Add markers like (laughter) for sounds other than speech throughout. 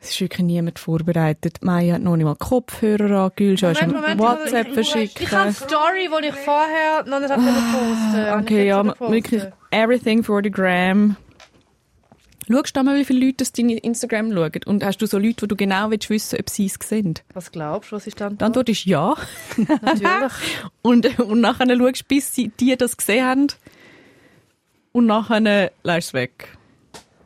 Es ist wirklich niemand vorbereitet. Maya hat noch nicht mal Kopfhörer an, Gülscha ist Moment, an WhatsApp Moment, verschickt. Ich habe eine Story, die ich vorher noch nicht habe posten Okay, ja, aber wirklich everything for the gram. Schaust du mal, wie viele Leute das deine Instagram schauen? Und hast du so Leute, wo du genau willst wissen, ob sie es sehen? Was glaubst du, was ist dann? Die Antwort ist ja. Natürlich. Und, und nachher schaust du, bis sie, die das gesehen haben. Und nachher lässt es weg. (laughs)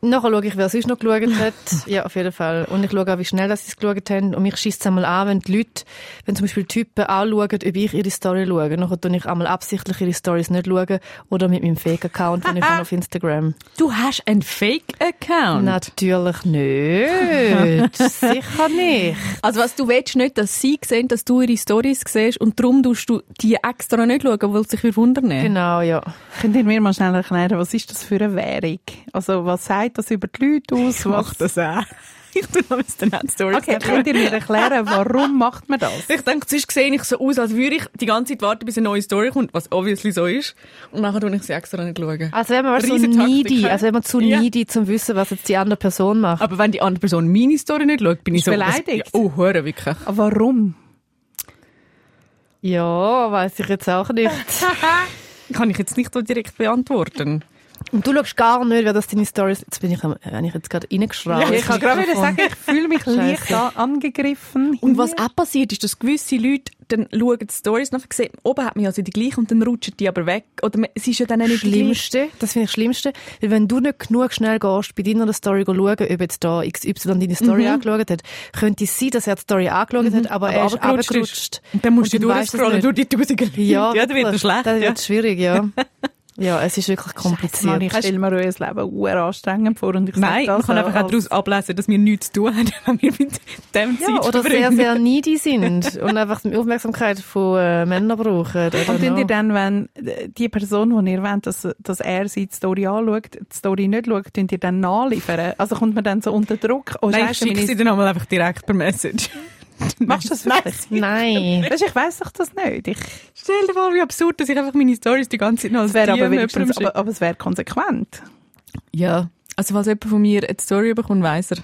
Nachher schaue ich, wer sonst noch geschaut hat. (laughs) Ja, auf jeden Fall. Und ich schaue auch, wie schnell dass sie es geschaut haben. Und mich schießt es einmal an, wenn die Leute, wenn zum Beispiel Typen anschauen, ob ich ihre Story schaue. Nachher schaue ich einmal absichtlich ihre Stories nicht schauen. Oder mit meinem Fake-Account, den ich habe (laughs) auf Instagram Du hast einen Fake-Account. Natürlich (laughs) nicht. Sicher nicht. Also was du willst nicht, dass sie sehen, dass du ihre Stories siehst und darum tust du die extra nicht schauen, weil sie sich wundern. Genau, ja. Könnt ihr mir mal schnell erklären, was ist das für eine Währung? Also, was sagt das über die Leute aus? Was? das auch. (laughs) Ich tue noch mit den Stories. Okay, könnt ihr mir erklären, warum macht man das? Ich denke, sonst sehe ich so aus, als würde ich die ganze Zeit warten, bis eine neue Story kommt, was obviously so ist. Und nachher tue ich sie extra nicht schauen. Also wenn man so Riesentaktik, needy, hä? also wenn man zu Ja. needy zum Wissen, was jetzt die andere Person macht. Aber wenn die andere Person meine Story nicht schaut, bin ich Ist so... beleidigt. Was, oh, hören wirklich. Ah, Warum? Ja, weiß ich jetzt auch nicht. Kann ich jetzt nicht so direkt beantworten. Und du schaust gar nicht, wer das deine Stories. Jetzt bin ich, am- äh, wenn ich jetzt gerade reingeschraubt. gerade wieder sagen, ich fühle mich leicht an- angegriffen. Und was auch passiert, ist, dass gewisse Leute dann schauen die Stories nachher sehen, oben hat man ja also die gleiche und dann rutschen die aber weg. Oder man- es ist ja dann auch nicht die gleiche. Schlimmste, das finde ich das Schlimmste, weil wenn du nicht genug schnell gehst, bei deiner Story go schauen, ob jetzt da XY deine Story Mhm. angeschaut hat, könnte es sein, dass er die Story angeschaut hat, aber, er ist abgerutscht. Und dann musst du du weisst es durchscrollen nicht. durch die tausenden Leute. Ja, (laughs) ja dann wird er wirklich. schlecht. Dann ja. wird es (laughs) schwierig, ja. ja, es ist wirklich kompliziert. Mann, ich stelle mir euer Leben sehr anstrengend vor und ich sage Nein, man Also, das kann einfach auch als- daraus ablesen, dass wir nichts zu tun haben, (laughs) wenn wir mit dem ja, Zeit oder sehr, verbringen. sehr needy sind und einfach die Aufmerksamkeit von äh, Männern brauchen. Und wenn ihr dann dann, wenn äh, die Person, die ihr wollt, dass, dass er sie die Story anschaut, die Story nicht schaut, könnt ihr dann nachliefern? Also kommt man dann so unter Druck? Oh, Nein, ich Scheisse, schicke meine- sie dann einmal einfach direkt per (laughs) Message. Machst du das wirklich? Nein. Weisst du, Ich weiss doch das nicht. Ich, Stell dir vor, wie absurd, dass ich einfach meine Stories die ganze Zeit noch als es wäre aber, DM wenigstens- jemandem aber, aber es wäre konsequent. Ja. Also, falls jemand von mir eine Story bekommt, weiss er,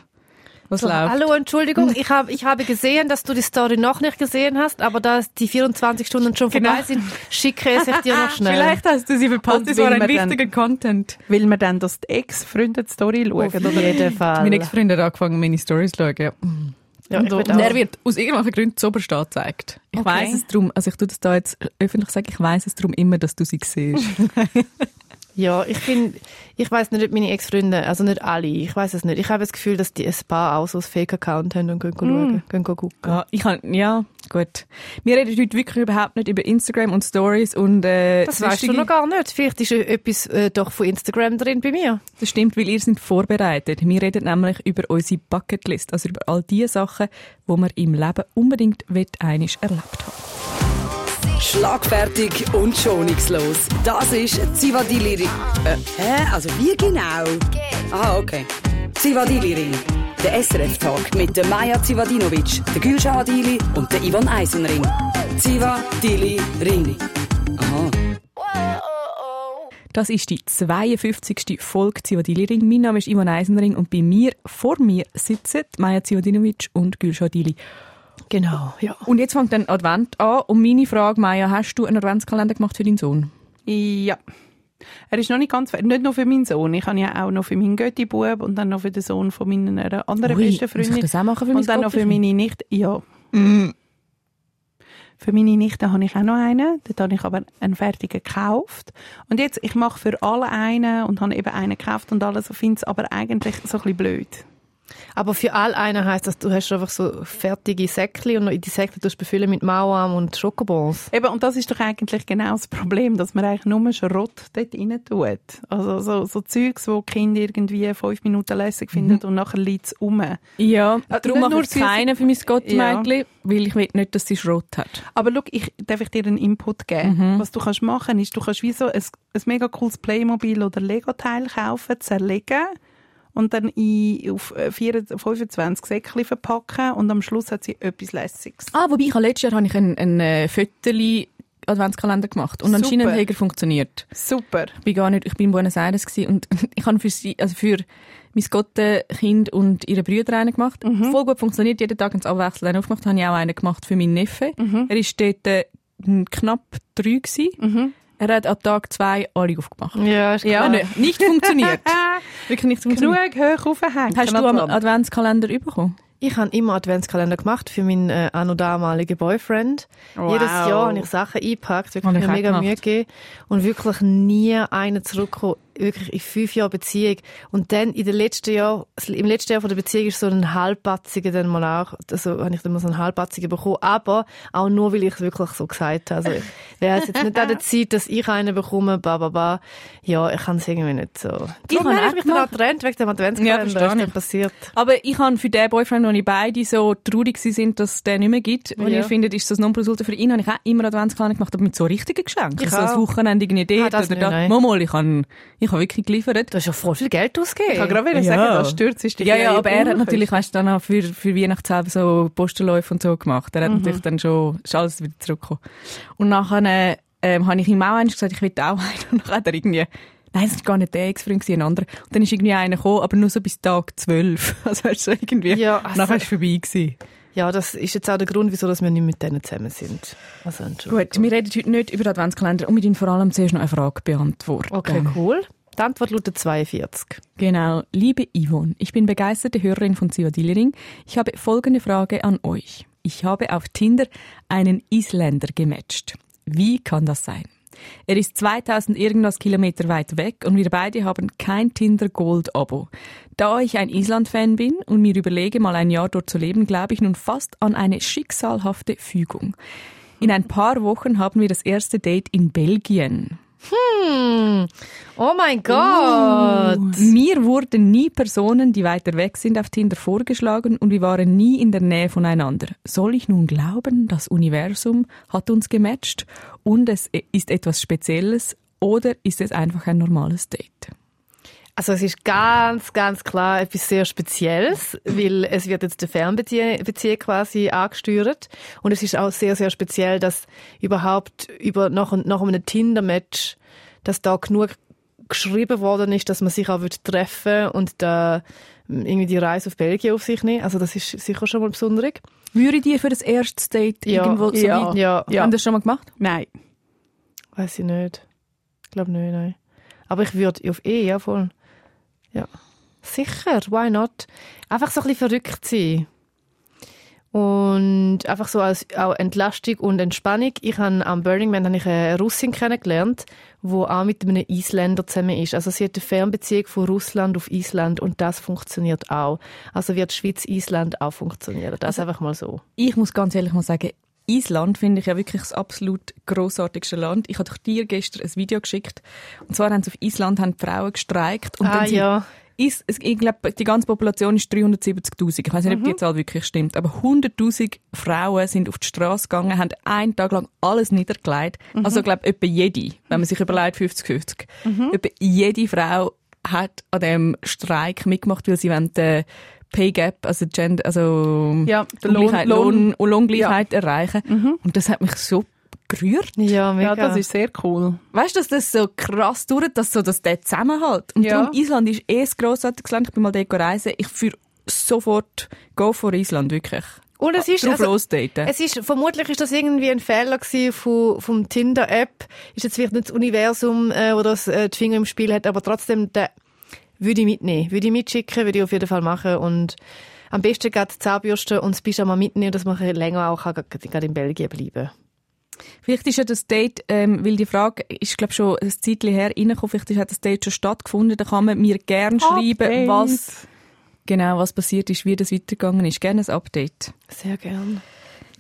was So, läuft. hallo, Entschuldigung, ich, hab, ich habe gesehen, dass du die Story noch nicht gesehen hast, aber da es die 24 Stunden schon Genau. vorbei sind, schicke es ich (laughs) dir noch schnell. Vielleicht hast du sie verpasst, Und das war will ein man dann- wichtiger Content. Will man dann, dass die Ex-Freunde die Story schauen? Auf jeden Fall. Mein Ex-Freund hat angefangen, meine Stories zu schauen. Ja, ich Und bin er auch, wird aus irgendwelchen Gründen zu oberst angezeigt. Ich Okay. weiss es darum, also ich tue das da jetzt öffentlich sagen, ich weiss es darum immer, dass du sie siehst. ja, ich bin, ich weiß nicht, ob meine Ex-Freunde, also nicht alle, ich weiß es nicht. Ich habe das Gefühl, dass die ein paar auch so einen Fake-Account haben und gehen schauen, gehen gucken. (laughs) Ja, ich kann, ja, gut. Wir reden heute wirklich überhaupt nicht über Instagram und Stories und äh, Das weißt du sonstige- noch gar nicht. Vielleicht ist äh, etwas äh, doch von Instagram drin bei mir. Das stimmt, weil ihr sind vorbereitet. Wir reden nämlich über unsere Bucketlist, also über all die Sachen, wo man im Leben unbedingt wett einisch erlebt haben. Schlagfertig und schonungslos. Das ist Zivadili Ring. Äh, hä? Also wie genau? Ah, okay. Zivadili Ring. Der SRF-Tag mit der Maja Zivadinovic, der Gülşah Adili und der Ivan Eisenring. Zivadili Ring. Aha. Das ist die 52. Folge Zivadili Ring. Mein Name ist Ivan Eisenring und bei mir, vor mir, sitzen Maja Zivadinovic und Gülşah Dili. Genau, ja. Und jetzt fängt dann Advent an und meine Frage, Maja, hast du einen Adventskalender gemacht für deinen Sohn? Ja. Er ist noch nicht ganz fertig. Nicht nur für meinen Sohn. Ich habe ja auch noch für meinen Götti-Bub und dann noch für den Sohn von meiner anderen Ui, besten Muss ich Freundin. das auch machen für mein Mm. Und dann noch für Gottkind? meine Nichte. Ja. Für meine Nichte habe ich auch noch einen. Dort habe ich aber einen fertigen gekauft. Und jetzt, ich mache für alle einen und habe eben einen gekauft und alles. Ich finde es aber eigentlich so ein bisschen blöd. Aber für all einen heisst das, du hast einfach so fertige Säckchen und noch in die Säckchen tust du befüllen mit Mauern und Schokobons. Eben, und das ist doch eigentlich genau das Problem, dass man eigentlich nur Schrott dort rein tut. Also so, so Zeugs, wo die Kinder irgendwie fünf Minuten lässig Mhm. finden und nachher liegt es um. Ja, nicht darum mache nur ich süße- keinen Äh, für mein Gottmädchen, Ja. weil ich will nicht, dass sie Schrott hat. Aber schau, ich, darf ich dir einen Input Mhm. geben? Was du kannst machen ist, du kannst wie so ein, ein mega cooles Playmobil oder Lego-Teil kaufen, zerlegen und dann in, auf äh, 24, 25 Säckchen verpacken und am Schluss hat sie etwas Lässiges. Ah, wobei, ich, letztes Jahr habe ich einen, einen äh, Fötterli Adventskalender gemacht und Super. anscheinend hat er funktioniert. Super. (laughs) Ich bin gar nicht, ich bin in Buenos Aires gewesen und ich habe für sie, also für mein Gottenkind und ihre Brüder einen gemacht. Voll gut funktioniert, jeden Tag ins Abwechseln einen aufgemacht. Habe ich auch einen gemacht für meinen Neffe. Er war dort äh, knapp drei. Gewesen. Er hat ab Tag zwei alle aufgemacht. Ja, ist Ja, klar. nicht, Ah, nicht funktioniert. Ah, Wirklich nicht funktioniert. genug hoch aufhängen. Hast du Nathan. am Adventskalender bekommen? Ich habe immer Adventskalender gemacht für meinen äh, an- und damaligen Boyfriend. Wow. Jedes Jahr habe ich Sachen eingepackt, wirklich Habe ich mir auch mega gemacht. Mühe gegeben und wirklich nie einen zurückgekommen, wirklich in fünf Jahren Beziehung. Und dann in den letzten Jahr, im letzten Jahr von der Beziehung ist so ein halbpatziger dann mal auch, also habe ich dann mal so einen halbpatzigen bekommen, aber auch nur, weil ich es wirklich so gesagt habe. Also wäre es jetzt nicht (laughs) an der Zeit, dass ich einen bekomme, ba, ba, ba. Ja, ich kann es irgendwie nicht so. Darum habe habe ich auch mich dann auch gemacht. getrennt wegen dem Adventskalender. verstehe ist dann ich. passiert. Aber ich habe für den Boyfriend, wo ich beide so traurig gewesen sind, dass es den nicht mehr gibt, wo Ja. ihr findet, ist das Nonplusultra für ihn, habe ich auch immer Adventskalender gemacht, aber mit so richtigen Geschenken. Ich so das auch. Wochenende eine Idee Ah, das nicht, nein. Momol, ich habe ich hab wirklich geliefert. Du hast ja voll viel Geld ausgegeben. Ich kann gerade wieder sagen, das stürzt ist die Ja, ja, Ferien aber er hat durch. natürlich, weißt du, dann auch für, für Weihnachten selber so Postenläufe und so gemacht. Er hat natürlich dann schon, ist alles wieder zurückgekommen. Und nachher, äh, ähm, habe ich ihm auch eins gesagt, ich will auch (laughs) einen. Und dann hat er irgendwie, nein, es war gar nicht der Ex-Freund, gewesen, ein anderer. Und dann ist irgendwie einer gekommen, aber nur so bis Tag 12. (laughs) Also, weißt du, irgendwie, Ja, und also- nachher ist es vorbei gewesen. Ja, das ist jetzt auch der Grund, wieso dass wir nicht mit denen zusammen sind. Also, Entschuldigung. Gut, wir reden heute nicht über den Adventskalender und wir tun vor allem zuerst noch eine Frage beantworten. Okay, cool. Die Antwort lautet 42. Genau. Liebe Yvonne, ich bin begeisterte Hörerin von Zivadiliring. Ich habe folgende Frage an euch. Ich habe auf Tinder einen Isländer gematcht. Wie kann das sein? Er ist 2000 irgendwas Kilometer weit weg und wir beide haben kein Tinder Gold Abo. Da ich ein Island-Fan bin und mir überlege, mal ein Jahr dort zu leben, glaube ich nun fast an eine schicksalhafte Fügung. In ein paar Wochen haben wir das erste Date in Belgien. Oh Uh. mein Gott! Mir wurden nie Personen, die weiter weg sind, auf Tinder vorgeschlagen und wir waren nie in der Nähe voneinander. Soll ich nun glauben, das Universum hat uns gematcht und es ist etwas Spezielles oder ist es einfach ein normales Date? Also es ist ganz, ganz klar etwas sehr Spezielles, weil es wird jetzt der Fernbeziehung quasi angesteuert und es ist auch sehr, sehr speziell, dass überhaupt über nach, nach einem Tinder-Match, dass da genug geschrieben worden ist, dass man sich auch wird treffen und da hm, irgendwie die Reise auf Belgien auf sich nehmen. Also das ist sicher schon mal besonderig. Würdet ihr für das erste Date Ja, irgendwo so ja, weit? ja. Haben das schon mal gemacht? Nein. Weiß ich nicht. Ich glaube nicht, nein. Aber ich würde auf E, ja voll. Ja. Sicher, why not? Einfach so ein bisschen verrückt sein. Und einfach so als auch Entlastung und Entspannung. Ich habe am Burning Man habe ich eine Russin kennengelernt, wo auch mit einem Isländer zusammen ist. Also sie hat eine Fernbeziehung von Russland auf Island und das funktioniert auch. Also wird Schweiz-Island auch funktionieren. Das einfach mal so. Ich muss ganz ehrlich mal sagen, Island finde ich ja wirklich das absolut großartigste Land. Ich habe doch dir gestern ein Video geschickt. Und zwar haben sie auf Island haben die Frauen gestreikt und Ah, dann sind (laughs) ist, es- ich glaube, die ganze Population ist 370.000. Ich weiß Mhm. nicht, ob die Zahl wirklich stimmt. Aber 100.000 Frauen sind auf die Straße gegangen, haben einen Tag lang alles niedergelegt. Mhm. Also, ich glaube, etwa jede, wenn man sich überlegt, 50-50. Mhm. Etwa jede Frau hat an dem Streik mitgemacht, weil sie wollen den Pay Gap, also, Gender, also Ja, der Ungleichheit, Lohn- Mhm. Lohn, Lohngleichheit erreichen. Und das hat mich so gerührt. Ja, mega. Ja, das ist sehr cool. Weißt du, dass das so krass dauert, dass so dass der Zusammenhalt. Und Ja. darum, Island ist eh ein grossartiges Land. Ich bin mal dort reisen. Ich führe sofort «Go for Island», wirklich. und es ist, Drauf also, (laughs) losdaten. Es ist, vermutlich ist das irgendwie ein Fehler gewesen von, vom Tinder-App. Ist jetzt vielleicht nicht das Universum, äh, wo das äh, die Finger im Spiel hat, aber trotzdem, der würde ich mitnehmen. Würde ich mitschicken, würde ich auf jeden Fall machen. Und am besten geht die Zahnbürste und das Pyjama mitnehmen, dass man ein bisschen länger auch kann, gerade in Belgien bleiben Vielleicht ist ja das Date, ähm, weil die Frage ist, glaube schon ein Zeitchen her reingekommen, vielleicht ist- hat das Date schon stattgefunden. Da kann man mir gerne schreiben, Update. was genau was passiert ist, wie das weitergegangen ist. Gerne ein Update. Sehr gern.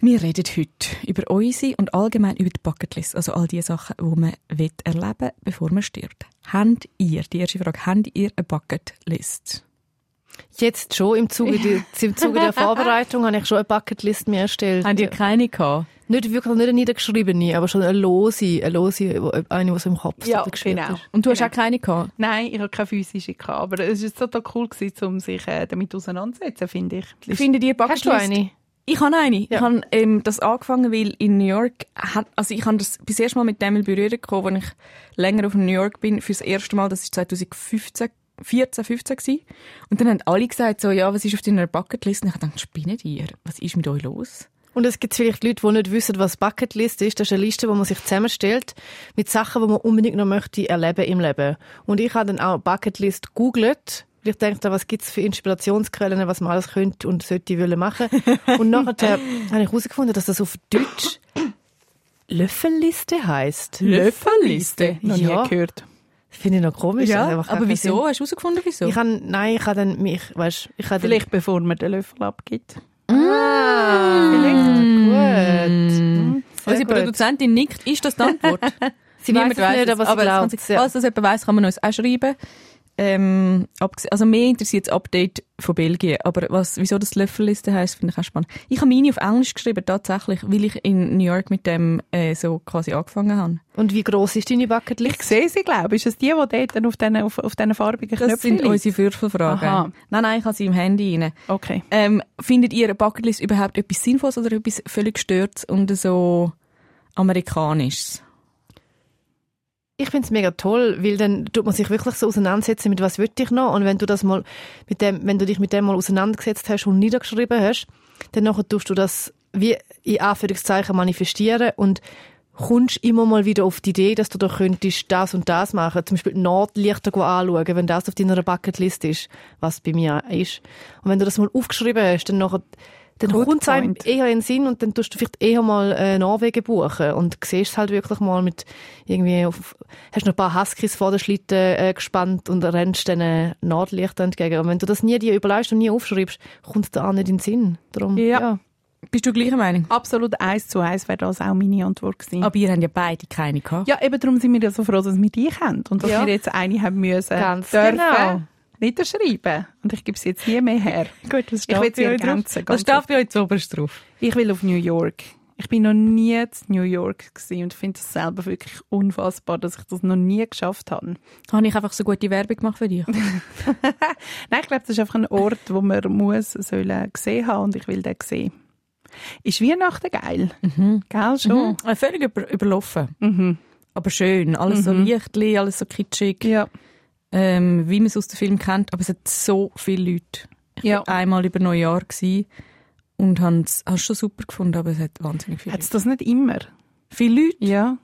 Wir reden heute über unsere und allgemein über die Bucketlist, also all die Sachen, die man will erleben will, bevor man stirbt. Habt ihr, die erste Frage, habt ihr eine Bucketlist? Jetzt schon im Zuge, (laughs) der, im Zuge der Vorbereitung habe ich schon eine Bucketlist mir erstellt. Habt ihr keine gehabt? Nicht wirklich, nicht eine niedergeschriebene, aber schon eine lose, eine lose, wo- eine, die so im Kopf Ja, so geschrieben genau. ist. Und du hast auch keine gehabt? Nein, ich habe keine physische gehabt, aber es ist total cool gewesen, um sich äh, damit auseinandersetzen, finde ich. Die Liste- Findet ihr Hast du eine? Ich habe eine. Ich Ja. habe ähm, das angefangen, weil in New York, hat- also ich habe das bis erst mal mit dem in Berührung gekommen, als ich länger auf New York bin, fürs erste Mal, das ist 2015 14, 15 gewesen. Und dann haben alle gesagt so, ja, was ist auf deiner Bucketlist? Und ich habe gedacht, spinnet ihr? Was ist mit euch los? Und es gibt vielleicht Leute, die nicht wissen, was Bucketlist ist. Das ist eine Liste, die man sich zusammenstellt mit Sachen, die man unbedingt noch möchte erleben im Leben. Und ich habe dann auch Bucketlist gegoogelt. weil Ich denke, was gibt es für Inspirationsquellen, was man alles könnte und sollte wollen machen. Und nachher habe ich herausgefunden, dass das auf Deutsch Löffelliste heisst. Löffelliste? Noch Ja. nie gehört. Finde ich noch komisch. das hat Ja, einfach gar aber keinen wieso? Sinn. Hast du herausgefunden, wieso? Ich habe, nein, ich habe dann mich, weißt, ich habe Vielleicht bevor man den Löffel abgibt. dann, Ah, gut. Sehr Unsere gut. Produzentin nickt, ist (laughs) das die Antwort? Sie weiß es nicht, aber sie glaubt es. Ja. Falls das jemand weiss, kann man uns auch schreiben. Ähm, abgese- also mehr interessiert das Update von Belgien, aber was, wieso das Löffelliste heisst, finde ich auch spannend. Ich habe meine auf Englisch geschrieben, tatsächlich, weil ich in New York mit dem äh, so quasi angefangen habe. Und wie gross ist deine Bucketlist? Ich sehe sie, glaube ich. Ist es die, die dort dann auf diesen auf, auf diesen farbigen Das Knöpfen sind unsere Würfelfragen. Aha. Nein, nein, ich habe sie im Handy rein. Okay. Ähm, findet ihr eine Bucketlist überhaupt etwas Sinnvolles oder etwas völlig gestörtes und so amerikanisches? Ich finde es mega toll, weil dann tut man sich wirklich so auseinandersetzen mit was will ich noch und wenn du das mal mit dem, wenn du dich mit dem mal auseinandergesetzt hast und niedergeschrieben hast, dann nachher tust du das wie in Anführungszeichen manifestieren und kommst immer mal wieder auf die Idee, dass du da könntest das und das machen, zum Beispiel die Nordlichter go anschauen, wenn das auf deiner Bucketlist ist, was bei mir ist. Und wenn du das mal aufgeschrieben hast, dann nachher dann Good kommt es einem point. eher in den Sinn und dann tust du vielleicht eher mal äh, Norwegen buchen und siehst es halt wirklich mal mit irgendwie auf, hast noch ein paar Huskies vor der Schlitten äh, gespannt und rennst diesen Nordlichtern entgegen. Und wenn du das nie dir überlegst und nie aufschreibst, kommt es dir auch nicht in den Sinn. Darum, Ja. ja. Bist du gleicher Meinung? Absolut eins zu eins wäre das auch meine Antwort gewesen. Aber ihr habt ja beide keine gehabt. ja, eben darum sind wir ja so froh, dass wir dich haben und dass Ja. wir jetzt eine haben müssen Ganz dürfen genau. niederschreiben. Und ich gebe es jetzt nie mehr her. Gut, was steht bei euch drauf? Was Was steht steht bei euch zuoberst drauf? Ich will auf New York. Ich bin noch nie in New York gewesen und finde es selber wirklich unfassbar, dass ich das noch nie geschafft habe. Habe ich einfach so gute Werbung gemacht für dich? Nein, ich glaube, das ist einfach ein Ort, wo man muss sollen gesehen haben und ich will den sehen. Ist Weihnachten geil? Gell schon? (laughs) Äh, Völlig über, überlaufen. Aber schön. Alles so leichtli, alles so kitschig. Mhm. Ja. Ähm, wie man es aus dem Film kennt. Aber es hat so viele Leute. Ich Ja. war einmal über Neujahr gewesen und habe es hab's schon super gefunden, aber es hat wahnsinnig viele Hat es Leute. das nicht immer? Viele Leute? Ja.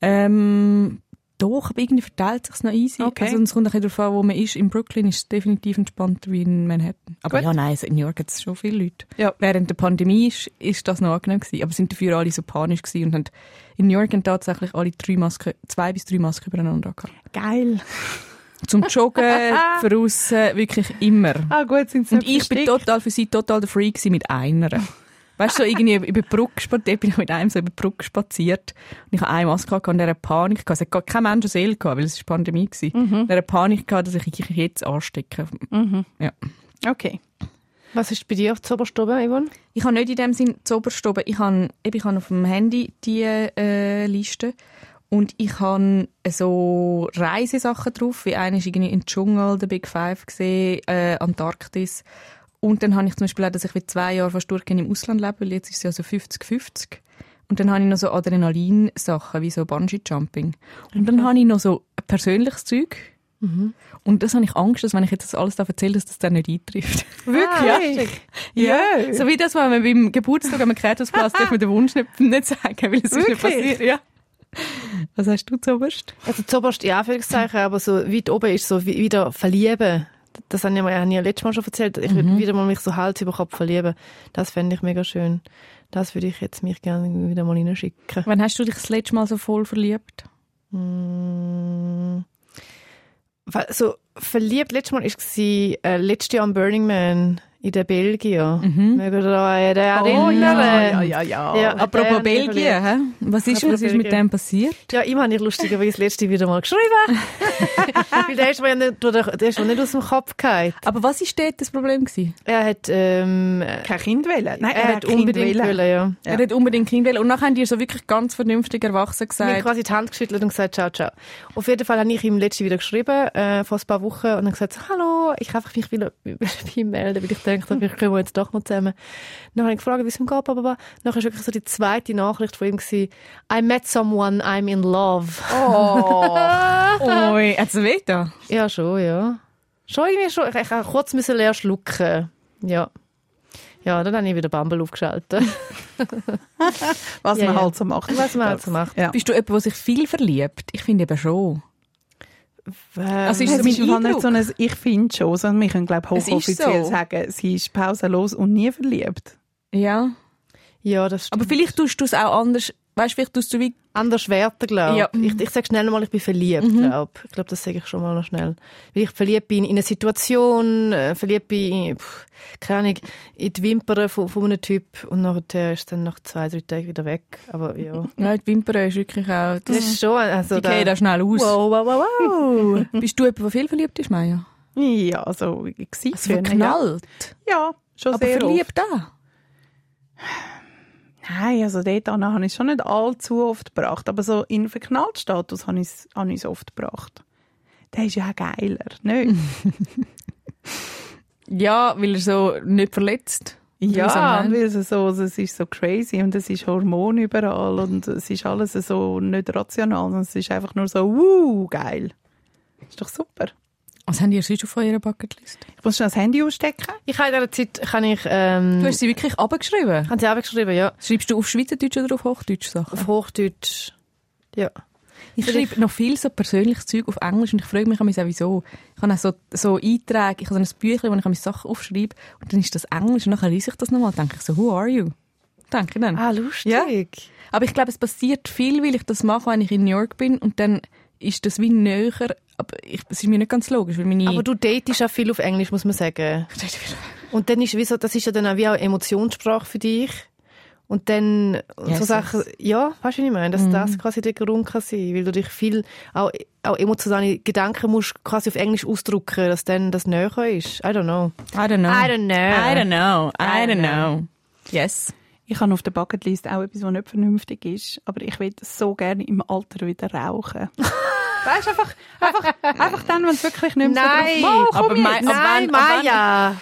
Ähm, doch, aber irgendwie verteilt sich noch easy. Okay. Also, es kommt ein bisschen darauf an, wo man ist. In Brooklyn ist es definitiv entspannter wie in Manhattan. Aber Gut. ja, nein, also in New York hat es schon viele Leute. Ja. Während der Pandemie ist, ist das noch angenehm gewesen. Aber sind dafür alle so panisch gewesen und haben in New York haben tatsächlich alle drei Masken, zwei bis drei Masken übereinander gehabt. Geil. Zum (laughs) Joggen, voraus, wirklich immer. Ah, gut, sind sie Und ich bin versteckt? total für sie total der Freak gewesen mit einer. Weißt du, so irgendwie über die Brücke spaziert, bin ich mit einem so über die Brücke spaziert. Und ich hatte eine Maske gehabt und eine Panik gehabt. Es hat gar kein Mensch eine Seele gehabt, weil es ist Pandemie war. Und eine Panik gehabt, dass ich mich jetzt anstecke. Okay. Was ist bei dir auf der Oberstube, Yvonne? Ich habe nicht in dem Sinn zu oberst oben. Ich habe, eben, ich habe auf dem Handy die äh, Liste und ich habe so Reisesachen drauf, wie eine ist irgendwie in den Dschungel, der Big Five gesehen, äh, Antarktis. Und dann habe ich zum Beispiel auch, dass ich wie zwei Jahre fast durchgehend im Ausland lebe, weil jetzt ist es ja so 50-50. Und dann habe ich noch so Adrenalin-Sachen, wie so Bungee-Jumping. Und dann habe ich noch so persönliches Zeug. Und das habe ich Angst, dass wenn ich jetzt das alles da erzähle, dass das dann nicht eintrifft. Wirklich? ja. So wie das, was man beim Geburtstag am Kreatusplatz darf man den Wunsch nicht, nicht sagen, weil es ist nicht Wirklich? passiert. Ja. Was hast du zuoberst? Also zuoberst in Anführungszeichen, aber so weit oben ist so wie- wieder verlieben. Das habe ich, mir- habe ich ja letztes Mal schon erzählt. Ich würde wieder mal mich so Hals über Kopf verlieben. Das fände ich mega schön. Das würde ich jetzt mich gerne wieder mal hineinschicken. Wann hast du dich das letzte Mal so voll verliebt? Mm. Weil- So verliebt letztes Mal war äh, letztes Jahr am Burning Man in der Belgier. Mhm. Mögen ihr euch daran Oh, erinnern? ja, ja, ja, ja. Ja. Apropos der hat mich Belgien, hä? was ist, Apropos was ist mit Belgien. dem passiert? Ja, ihm habe ich lustigerweise das letzte wieder mal geschrieben. Weil der ist mir ja nicht, durch den- der ist mir nicht aus dem Kopf gefallen. Aber was ist dort das Problem gewesen? Er hat, ähm, er, Kein Kind wählen. Nein, er hat Kind unbedingt wollen. Äh, wollen, ja. Er hat unbedingt Kind wollen. und nachher haben die so wirklich ganz vernünftig erwachsen mir gesagt. quasi die Hand geschüttelt und gesagt, ciao, ciao. Auf jeden Fall habe ich ihm letzte wieder geschrieben, äh, vor ein paar Wochen, und dann gesagt, so, hallo, ich habe mich wieder (laughs) bei ihm melden, weil ich denke, wir kommen jetzt doch noch zusammen. Dann habe ich gefragt, wie es ihm geht, blablabla. Dann war wirklich so die zweite Nachricht von ihm, gewesen, I met someone, I'm in love. Oh, oh, hat's weh da? Ja, schon, ja. Schon irgendwie schon. Ich, ich habe kurz müssen leer schlucken. Ja. Ja, dann habe ich wieder Bumble aufgeschaltet. (laughs) Was Ja, man ja. halt so macht. Was man halt so macht. Ja. Bist du jemand, der sich viel verliebt? Ich finde eben schon. Also Äh, ist Es das ist mein im Fall nicht so Eindruck? ein Also ich finde schon, sondern wir können glaube Es ist hochoffiziell so. sagen, sie ist pausenlos und nie verliebt. Ja. Ja, das stimmt. Aber vielleicht tust du es auch anders. Weißt du, vielleicht tust du wie. Anders werten, glaube ich. Ja. Mhm. Ich, ich sage schnell mal, ich bin verliebt, glaube ich. Ich glaube, das sage ich schon mal noch schnell. Weil ich verliebt bin in eine Situation, äh, verliebt bin, in, pff, keine Ahnung, in die Wimpern von, von einem Typ und nachher ist dann nach zwei, drei Tagen wieder weg. Aber ja. Ja, die Wimpern ist wirklich auch. Das (laughs) Das ist schon, also die gehen da schnell aus. Wow, Oh, wow, wow, wow. (laughs) Bist du jemand, der viel verliebt ist, Maya? Ja, also ich sehe Also verknallt. Ja, ja schon Aber sehr verliebt auch. oft. Nein, also dort an habe ich es schon nicht allzu oft gebracht, aber so in Verknalltstatus habe ich es- habe ich es oft gebracht. Der ist ja auch geiler, nicht? Ja, weil er so nicht verletzt. Ja, Weil und er weil es so, es ist so crazy und es ist Hormon überall und es ist alles so nicht rational, sondern es ist einfach nur so, wuh, geil. Ist doch super. Was habt ihr sonst auf eurer Bucketlist? Ich muss schon das Handy ausstecken. Ich habe in dieser Zeit, kann ich, ähm, Du hast sie wirklich abgeschrieben. haben sie auch geschrieben, ja. Schreibst du auf Schweizerdeutsch oder auf Hochdeutsch Sachen? Auf Hochdeutsch. Ja. Ich schreibe noch viel so persönliches Zeug auf Englisch und ich frage mich auch wieso. Ich habe auch so, so Einträge, ich habe so ein Büchlein, wo ich meine Sachen aufschreibe und dann ist das Englisch und dann lese ich das nochmal und denke ich so, who are you? Denke ich dann. Ah, lustig. Ja. Aber ich glaube, es passiert viel, weil ich das mache, wenn ich in New York bin und dann ist das wie näher, aber ich, es ist mir nicht ganz logisch, weil meine... Aber du datest auch viel auf Englisch, muss man sagen. Und dann ist wie so, das ist ja dann auch wie auch Emotionssprache für dich. Und dann und Yes, so yes. Sachen, ja, weißt du, wie ich meine, dass das quasi der Grund kann sein, weil du dich viel auch, auch emotionale Gedanken musst quasi auf Englisch ausdrücken, dass dann das näher ist. I don't know. I don't know. I don't know. Ah. I don't know. I I don't don't know. Yes. Ich habe auf der Bucketlist auch etwas, was nicht vernünftig ist, aber ich will so gerne im Alter (laughs) wieder rauchen. weißt du, einfach, einfach, einfach dann, wenn es wirklich nicht mehr Nein. so drauf Mal, komm Aber mein- jetzt. ab Nein, wann- ab wann- Maya.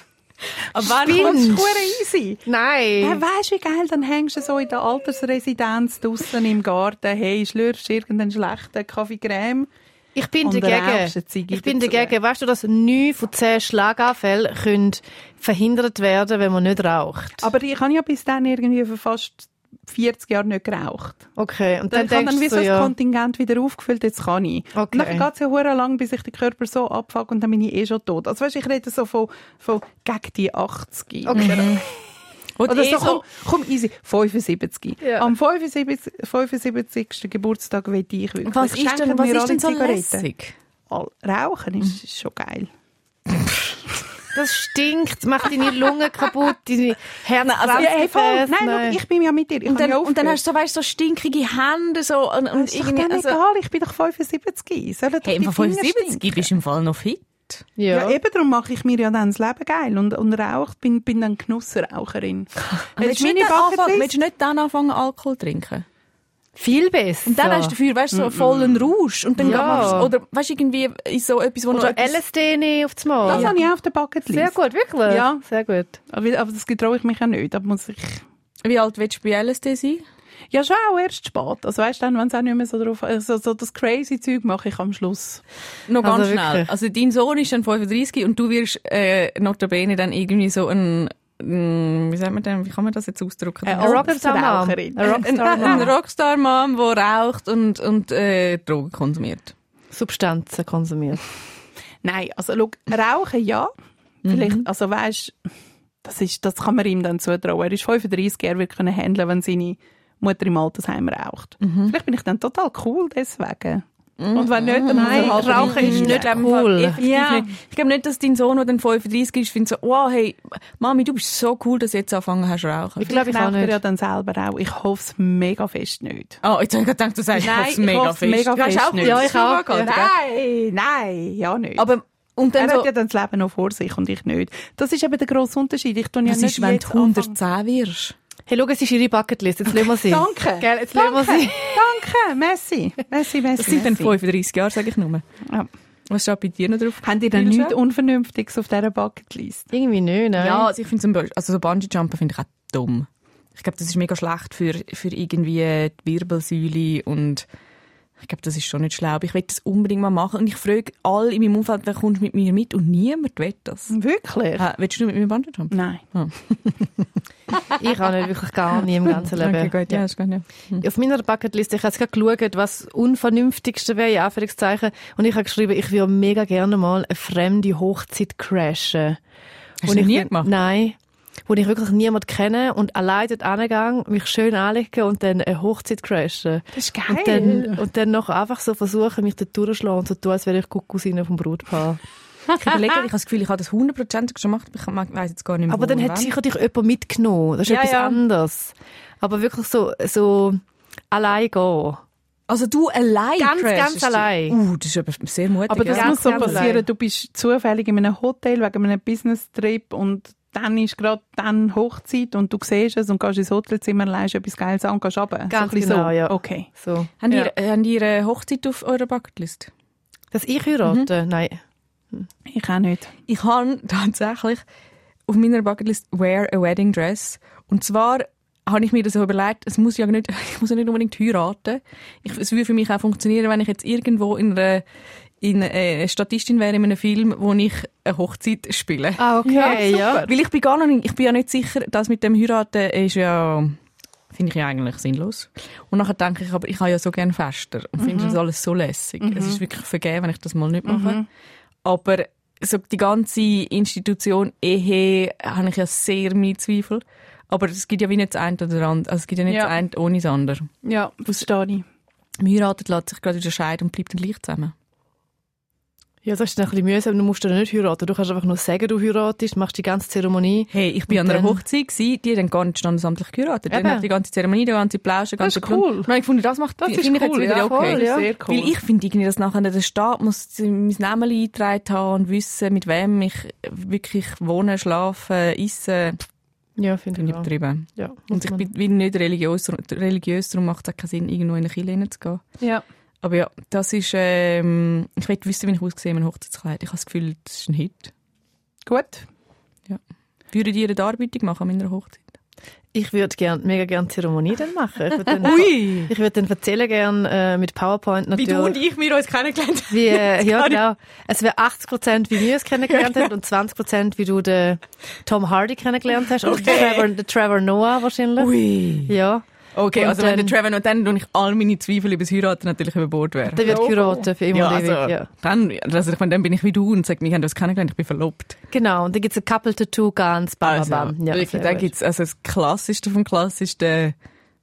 Aber wann Spinnst. kommst Das du? ist verdammt easy. Ja, Nein. weißt du, wie geil, dann hängst du so in der Altersresidenz draußen im Garten, hey, schlürfst irgendeinen schlechten Kaffee-Creme. Ich bin Und rauchst dagegen. eine Ziege Ich bin dazu. dagegen. Weißt du, dass 9 von 10 Schlaganfällen können verhindert werden, wenn man nicht raucht? Aber ich habe ja bis dann irgendwie für fast 40 Jahre nicht geraucht. Okay. Und dann, Dann, ich habe denkst dann wie du so so, das ja. Kontingent wieder aufgefüllt, jetzt kann ich. Okay. Und dann geht es ja hure lang, bis ich den Körper so abfuck und dann bin ich eh schon tot. Also weißt, du, ich rede so von, von gegen die 80. Okay. Und Oder eh so, so, komm, komm easy, 75. Ja. Am 75, 75. Geburtstag will ich wirklich. was ist Schenken denn, was mir ist alle denn so Zigaretten. lässig? All- Rauchen ist, ist schon geil. Das stinkt, macht deine Lungen kaputt, deine Herzen. also, Ja, hey, voll. Nein, Nein. ich bin ja mit dir. Ich Und habe dann, ja und dann aufgehört. hast du so, weißt, du, so stinkige Hände so, und, und ist doch irgendwie... dann Also, egal, ich bin doch 75. Sollen doch hey, die im Fall Finger 75 stinken? bist du im Fall noch fit. Ja, Ja. eben darum mache ich mir ja dann das Leben geil und, und rauche, bin, bin (laughs) dann Genussraucherin. Willst Jetzt du meine nicht dann anfangen- willst Bucketlist. du nicht dann anfangen, Alkohol zu trinken? Viel besser. Und dann hast du dafür, weißt du, so vollen Rausch. Und dann Ja. machst du, oder weißt du, irgendwie ist so etwas, wo noch Oder etwas- LSD nehmen auf das Mal. Das habe ich auch auf der Bucketlist. Sehr gut, wirklich. Ja. Sehr gut. Aber, aber das getraue ich mich ja nicht. Aber muss ich... Wie alt willst du bei LSD sein? Ja, schon auch erst spät. Also weißt du, dann, wenn es auch nicht mehr so drauf... Also, so das crazy Zeug mache ich am Schluss. Noch ganz Also schnell. wirklich. Also dein Sohn ist dann 35 und du wirst äh, notabene dann irgendwie so ein, ein wie sagt man denn, wie kann man das jetzt ausdrücken? Eine ein, Rock- Rockstar-Mom. Raucherin. (laughs) Eine ein Rockstar-Mom. Rockstar-Mom, der raucht und, und äh, Drogen konsumiert. Substanzen konsumiert. Nein, also schau, rauchen ja. Vielleicht, also weißt das ist, das kann man ihm dann zutrauen. Er ist 35, er wird können handeln, wenn seine Mutter im Altersheim raucht. Vielleicht bin ich dann total cool deswegen. Und wenn nicht, dann muss er halt Also Rauchen ist nicht rein. cool. Ja. Ich glaube nicht, dass dein Sohn, der dann 35 ist, findet so, wow, hey, Mami, du bist so cool, dass du jetzt angefangen hast zu rauchen. Ich glaube, ich auch raucht er ja nicht. dann selber auch. Ich hoffe es mega fest nicht. Oh, jetzt habe ich gerade gedacht, du sagst, Nein, ich hoffe es ich mega hoffe es fest. mega du hast fest auch nicht. Ja, ich Drogen auch. gehabt, gell? Nein, nein, ja nicht. Aber, und dann er so, hat ja dann das Leben noch vor sich und ich nicht. Das ist eben der grosse Unterschied. Ich tue ja was nicht ist, wenn du jetzt anfangen- 110 wirst? Hey, schau, es ist ihre Bucketlist. Jetzt lassen wir sie. Danke. Gell, jetzt lassen wir Danke, sie. danke, Messi. Messi, Messi. Das sind dann Messi. 35 Jahre, sage ich nur. Ja. Was steht bei dir noch drauf? Haben die denn Bildschirm? nichts Unvernünftiges auf dieser Bucketlist? Irgendwie nicht, nein. Ja, also ich finde zum Beispiel, also so Bungee-Jumpen finde ich auch dumm. Ich glaube, das ist mega schlecht für, für irgendwie die Wirbelsäule und Ich glaube, das ist schon nicht schlau. Aber ich will das unbedingt mal machen. Und ich frage alle in meinem Umfeld, wer kommt mit mir mit? Und niemand will das. Wirklich? Äh, willst du mit mir Bungee jumpen? Nein. Ich auch nicht, wirklich gar nie im ganzen (laughs) Leben. Danke, gut. Ja, Ja. ist gut, ja. Auf meiner Bucketliste, ich habe jetzt gerade geschaut, was das unvernünftigste wäre, in Anführungszeichen. Und ich habe geschrieben, ich würde mega gerne mal eine fremde Hochzeit crashen. Hast Wo du das ich nie (laughs) dann- gemacht? Nein. Wo ich wirklich niemand kenne und allein dort hingegangen, mich schön anlegen und dann eine Hochzeit crashen. Das ist Und dann, und dann noch einfach so versuchen, mich dort durchzuschlagen und so tun, als wäre ich Kuckusine vom Brutpaar. Ich überlege, ich habe das Gefühl, ich habe das 100% schon gemacht, aber ich weiß jetzt gar nicht mehr. Aber dann wo hat und sicher dich jemand mitgenommen. Das ist Ja, etwas ja. anderes. Aber wirklich so, so allein gehen. wann. Also du allein Ganz, crashst ganz du? allein. Uh, das ist aber sehr mutig. Aber das ja. Ganz muss so ganz passieren. allein. Du bist zufällig in einem Hotel wegen einem Business-Trip und dann ist gerade dann Hochzeit und du siehst es und gehst ins Hotelzimmer, leihst etwas Geiles an und gehst runter. Ganz so ein bisschen genau, so. ja. Okay. So. Habt Ja. ihr, äh, habt ihr eine Hochzeit auf eurer Bucketlist? Dass ich heirate? Mhm. Nein. Ich auch nicht. Ich habe (laughs) tatsächlich auf meiner Bucketlist «Wear a Wedding Dress». Und zwar habe ich mir das so überlegt, es muss ja nicht, (laughs) ich muss ja nicht unbedingt heiraten. Ich, es würde für mich auch funktionieren, wenn ich jetzt irgendwo in einer in äh, eine Statistin wäre in einem Film, wo ich eine Hochzeit spiele. Ah, okay, ja. Weil ich bin gar noch nicht, ich bin ja nicht sicher, dass mit dem heiraten ist ja finde ich ja eigentlich sinnlos. Und nachher denke ich, aber ich habe ja so gerne Fester und finde das alles so lässig. Es ist wirklich vergeben, wenn ich das mal nicht mache. Aber so die ganze Institution Ehe habe ich ja sehr meine Zweifel. Aber es gibt ja wie nicht das eine oder andere. Also es gibt ja nicht Ja. das eine ohne das andere. Ja, verstehe ich. Man heiratet, lässt sich gerade wieder scheiden und bleibt dann gleich zusammen. Ja, das ist dann ein bisschen mühsam. Du musst dann nicht heiraten. Du kannst einfach nur sagen, du heiratest, machst die ganze Zeremonie. Hey, ich bin an Und einer dann- Hochzeit, gewesen, die haben gar nicht standesamtlich geheiratet. Die Eben. haben die ganze Zeremonie, der ganze Plausch, der Das ganze ist cool. Und dann habe ich gefunden, das macht Das finde ist ich jetzt cool, wieder ja, okay. voll, ja. Sehr cool. Weil ich finde irgendwie, dass nachher der Staat muss mein Namen eingetragen haben und wissen, mit wem ich wirklich wohne, schlafe, esse. Ja, finde Bin ich ich übertrieben. Ja, Und ich bin, bin nicht religiös, religiös darum macht es auch keinen Sinn, irgendwo in eine Kirche zu gehen. Ja. Aber ja, das ist, ähm, ich will wissen, wie ich aussehe in einem Hochzeitskleid. Ich habe das Gefühl, das ist ein Hit. Gut. Würdet ihr eine Darbietung machen an meiner Hochzeit? ich würde gern, mega gerne Zeremonie dann machen. Ich würde dann, (laughs) Ui! ich würde dann erzählen gern äh, mit PowerPoint Also, Wie natürlich. du und ich wir uns kennengelernt haben. Wie, äh, ja, genau. Es wäre 80 Prozent, wie wir es kennengelernt haben und 20 Prozent, wie du den Tom Hardy kennengelernt hast. Oder den Trevor, den Trevor Noah wahrscheinlich. Ui. Ja. Okay, Und also wenn der dann- Trevor noch dann, und ich all meine Zweifel über das Heiraten natürlich über Bord wäre. Der wird Ja. heiraten für immer Ja, und also, ewig. Ja. Dann, also ich meine, dann bin ich wie du und sage, wir haben uns kennengelernt, ich bin verlobt. Genau. Und dann gibt's ein Couple Tattoo, ganz bam, Also, Ah, bam, bam. Ja, wirklich, sehr da gut. gibt's also das Klassischste vom Klassischsten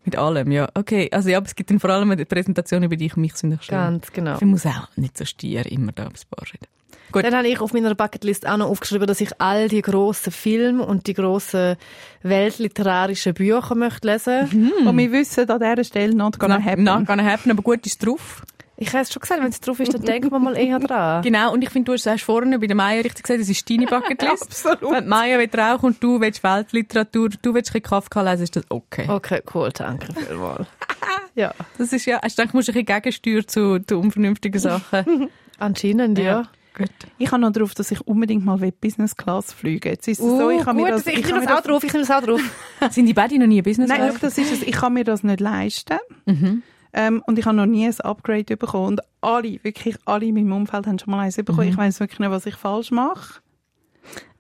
mit allem, ja. Okay, also ja, aber es gibt dann vor allem eine Präsentation über dich und mich, sind doch schön. Ganz genau. Ich muss auch nicht so stier immer da aufs Paar reden. Gut, Dann habe ich auf meiner Bucketlist auch noch aufgeschrieben, dass ich all die grossen Filme und die grossen weltliterarischen Bücher möchte lesen Und wir wissen an dieser Stelle not gonna happen. Not gonna happen, aber gut ist drauf. Ich habe es schon gesagt, wenn es drauf ist, dann denken wir mal eher dran. Genau, und ich finde, du hast es erst vorne bei der Maya richtig gesagt, das ist deine (laughs) Bucketlist. Absolut. Wenn die Maya will Rauch und du willst Weltliteratur, du willst ein bisschen Kafka lesen, ist das okay. Okay, cool, danke vielmals. ja, Das ist ja, ich denke, du musst ein bisschen gegensteuern zu, zu unvernünftigen (laughs) Sachen. anscheinend, ja. Gut. Ich habe noch drauf, dass ich unbedingt mal Business Class fliege. Jetzt ist es so, ich habe mir das, Uh, ich habe nehme mir das auch drauf, ich nehme das auch drauf. Sind die beiden noch nie Business Nein, schau, das ist es. Ich kann mir das nicht leisten. Mhm. Ähm, und ich habe noch nie ein Upgrade bekommen. Und alle, wirklich alle in meinem Umfeld haben schon mal eins bekommen. Mhm. Ich weiß wirklich nicht, was ich falsch mache.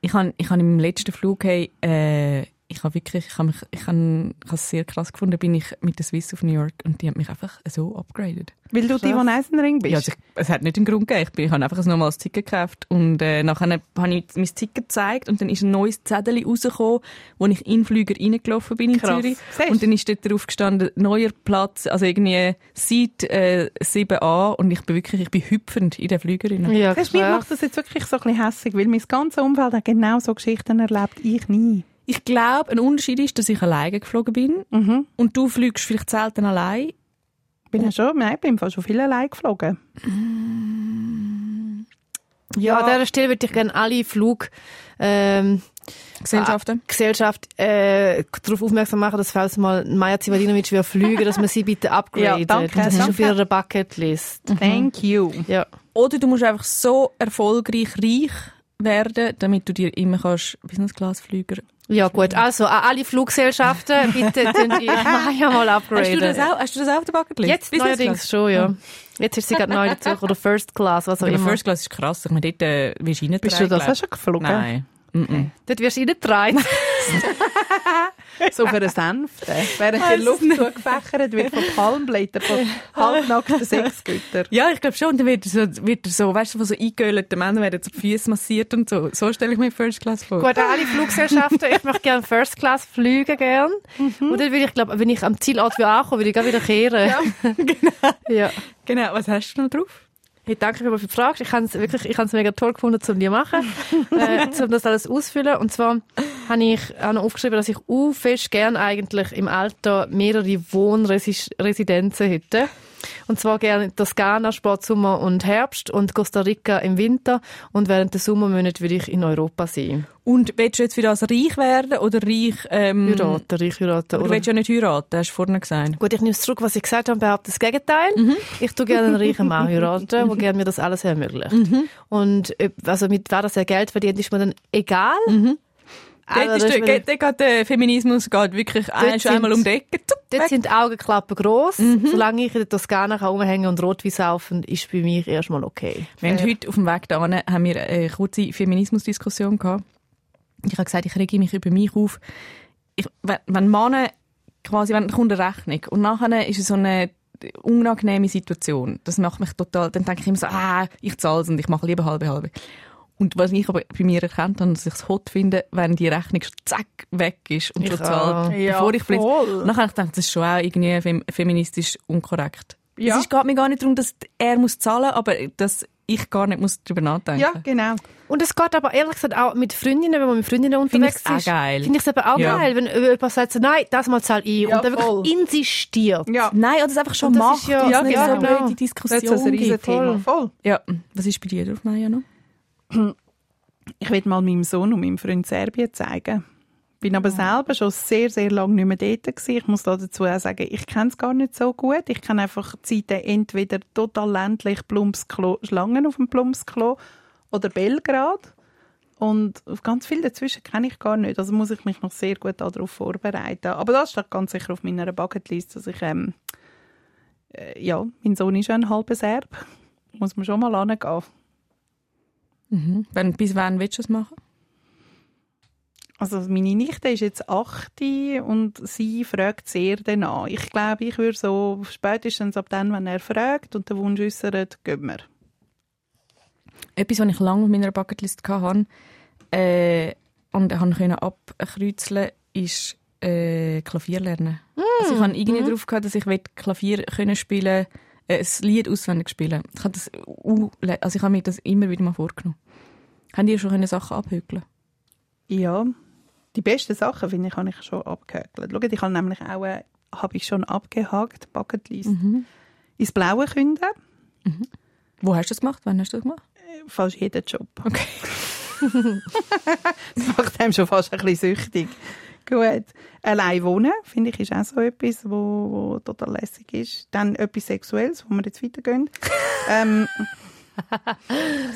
Ich habe ich hab im letzten Flug, hey, äh, ich habe wirklich, ich habe mich, ich habe, ich habe es sehr krass gefunden, bin ich mit der Swiss auf New York und die hat mich einfach so upgraded. Weil du die, die Eisenring bist. Ja, also ich, es hat nicht einen Grund gegeben. Ich, bin, ich habe einfach ein normales Ticket gekauft und äh, nachher habe ich mein Ticket gezeigt und dann ist ein neues Zettel rausgekommen, wo ich in den Flüger reingelaufen bin in Krass. Zürich. Siehst? Und dann ist dort drauf gestanden, neuer Platz, also irgendwie Seat äh, 7a und ich bin wirklich, ich bin hüpfend in den Flügerin. Ja, Weißt, du, mir macht das jetzt wirklich so ein bisschen hässig, weil mein ganzes Umfeld hat genau so Geschichten erlebt, ich nie. Ich glaube, ein Unterschied ist, dass ich alleine geflogen bin und du fliegst vielleicht selten allein. Bin ja schon, nein, ich bin im Fall schon viel allein geflogen. Ja, an dieser Stelle würde ich gerne alle Flug... Ähm, Gesellschaften. Gesellschaft äh, darauf aufmerksam machen, dass falls mal Maja Zivadinovic will fliegen, dass man sie bitte upgradet. Ja, danke, das ist auf danke. ihrer Bucketlist. Mhm. Thank you. Ja. Ah. Oder du musst einfach so erfolgreich reich werden, damit du dir immer kannst Business Class Flüger. Ja gut, also an (laughs) alle Fluggesellschaften, bitte den ich Maya mal upgraden. Hast du das auch, hast du das auch auf der Bucketlist? Jetzt neuerdings schon, ja. Jetzt ist sie gerade neu dazu oder First Class, was auch Aber immer. First Class ist krass. Ich meine, dort äh, wirst Genau. du reingetragen. Bist du das auch glaub. schon geflogen? Nein. Mhm. Dort wirst du reingetragen. (laughs) (laughs) So für einen sanften. Während der Luft zugefächert wird von (laughs) Palmblättern, von halbnackten Sexgütern. Ja, ich glaube schon. Und dann wird er so, wird er so weißt du, von so eingehöhlten Männern werden so die Füße massiert und so. So stelle ich mir First Class vor. Gut, an alle Fluggesellschaften, ich möchte gerne First Class fliegen, gern. Mhm. Und dann würde ich, glaube wenn ich am Zielort wieder ankomme, würde ich gleich wieder kehren. Ja, (laughs) genau. Ja. Genau, was hast du noch drauf? Hey, danke vielmals für die Frage. Ich habe es wirklich, ich habe es mega toll gefunden, um die zu machen, äh, um das alles auszufüllen. Und zwar habe ich auch noch aufgeschrieben, dass ich uh, fest gern eigentlich im Alter mehrere Wohnresidenzen hätte. Und zwar gerne Toskana, Sport, Sommer und Herbst und Costa Rica im Winter. Und während der Sommermonate würde ich in Europa sein. Und willst du jetzt für das reich werden oder reich... Ähm, Heiraten, reich heiraten, Du oder? willst ja nicht heiraten, hast du vorhin gesagt. Gut, ich nehme zurück, was ich gesagt habe und behaupte das Gegenteil. Ich tue gerne einen reichen Mann heiraten, der gerne mir das alles ermöglicht. Und äh, also mit wer das ja Geld verdient, ist mir dann egal. Dort, Ah, das ist der, mir- geht, dort geht der Feminismus geht wirklich ein, sind- einmal um die Ecke. Zup, dort weg. sind die Augenklappen gross. Solange ich in der Toskana kann rumhängen und Rotwein saufen, ist bei mir erstmal okay. Wir Äh, haben heute auf dem Weg dahin haben wir eine kurze Feminismusdiskussion gehabt. Ich habe gesagt, ich rege mich über mich auf. Ich, wenn, wenn Männer quasi, wenn kommt eine Rechnung und nachher ist es so eine unangenehme Situation. Das macht mich total, dann denke ich immer so, ah, ich zahle es und ich mache lieber halbe halbe. Und was ich aber bei mir erkannt habe, dass ich es hot finde, wenn die Rechnung schon zack weg ist und Ich schon zahlt, auch. Ja, bevor ich blitz. voll. Nachher habe ich gedacht, das ist schon auch irgendwie fem feministisch unkorrekt. Ja. Es ist- geht mir gar nicht darum, dass er muss zahlen muss, aber dass ich gar nicht muss darüber nachdenken Ja, muss. genau. Und es geht aber ehrlich gesagt auch mit Freundinnen, wenn man mit Freundinnen Finde ich's unterwegs auch ist. geil. Finde ich es aber auch Ja. geil, wenn jemand sagt, so, nein, das mal zahle ich. Ja, und dann wirklich voll. insistiert. Ja. Nein, oder es einfach schon Und das macht. ist ja- dass ja, es nicht so genau. blöde Das ist Diskussion ein gibt. Riesenthema. Voll. Ja, was ist bei dir drauf, Maja, noch? Ich will mal meinem Sohn und meinem Freund Serbien zeigen. Bin aber selber schon sehr, sehr lange nicht mehr dort gewesen. Ich muss da dazu auch sagen, ich kenne es gar nicht so gut. Ich kenne einfach die Zeiten entweder total ländlich Plumpsklo, Schlangen auf dem Plumpsklo oder Belgrad. Und auf ganz viel dazwischen kenne ich gar nicht. Also muss ich mich noch sehr gut darauf vorbereiten. Aber das steht ganz sicher auf meiner Bucketlist, dass ich, ähm, äh, ja, mein Sohn ist ja ein halber Serb. Muss man schon mal angehen. Mhm. Wenn, bis wann willst du es machen? Also meine Nichte ist jetzt 8 und sie fragt sehr danach. Ich glaube, ich würde so spätestens ab dann, wenn er fragt und den Wunsch äußert, gehen wir. Etwas, was ich lange auf meiner Bucketlist hatte äh, und habe können abkreuzeln ist äh, Klavier lernen. Mm, Also ich habe mhm. irgendwie drauf gehabt, dass ich will Klavier können spielen äh, ein Lied auswendig spielen. Ich habe das, u- also ich habe mir das immer wieder mal vorgenommen. Haben die schon können Sachen abhügeln? Ja, die besten Sachen, finde ich, habe ich schon abgehökelt. Schaut, ich habe nämlich auch äh, habe ich schon abgehakt, Bucketlist, ins Blaue künden. Wo hast du das gemacht? Wann hast du das gemacht? Fast jeden Job. Okay. das macht einem schon fast ein bisschen süchtig. Gut. Allein wohnen, finde ich, ist auch so etwas, wo, wo total lässig ist. Dann etwas Sexuelles, wo wir jetzt weitergehen. ähm,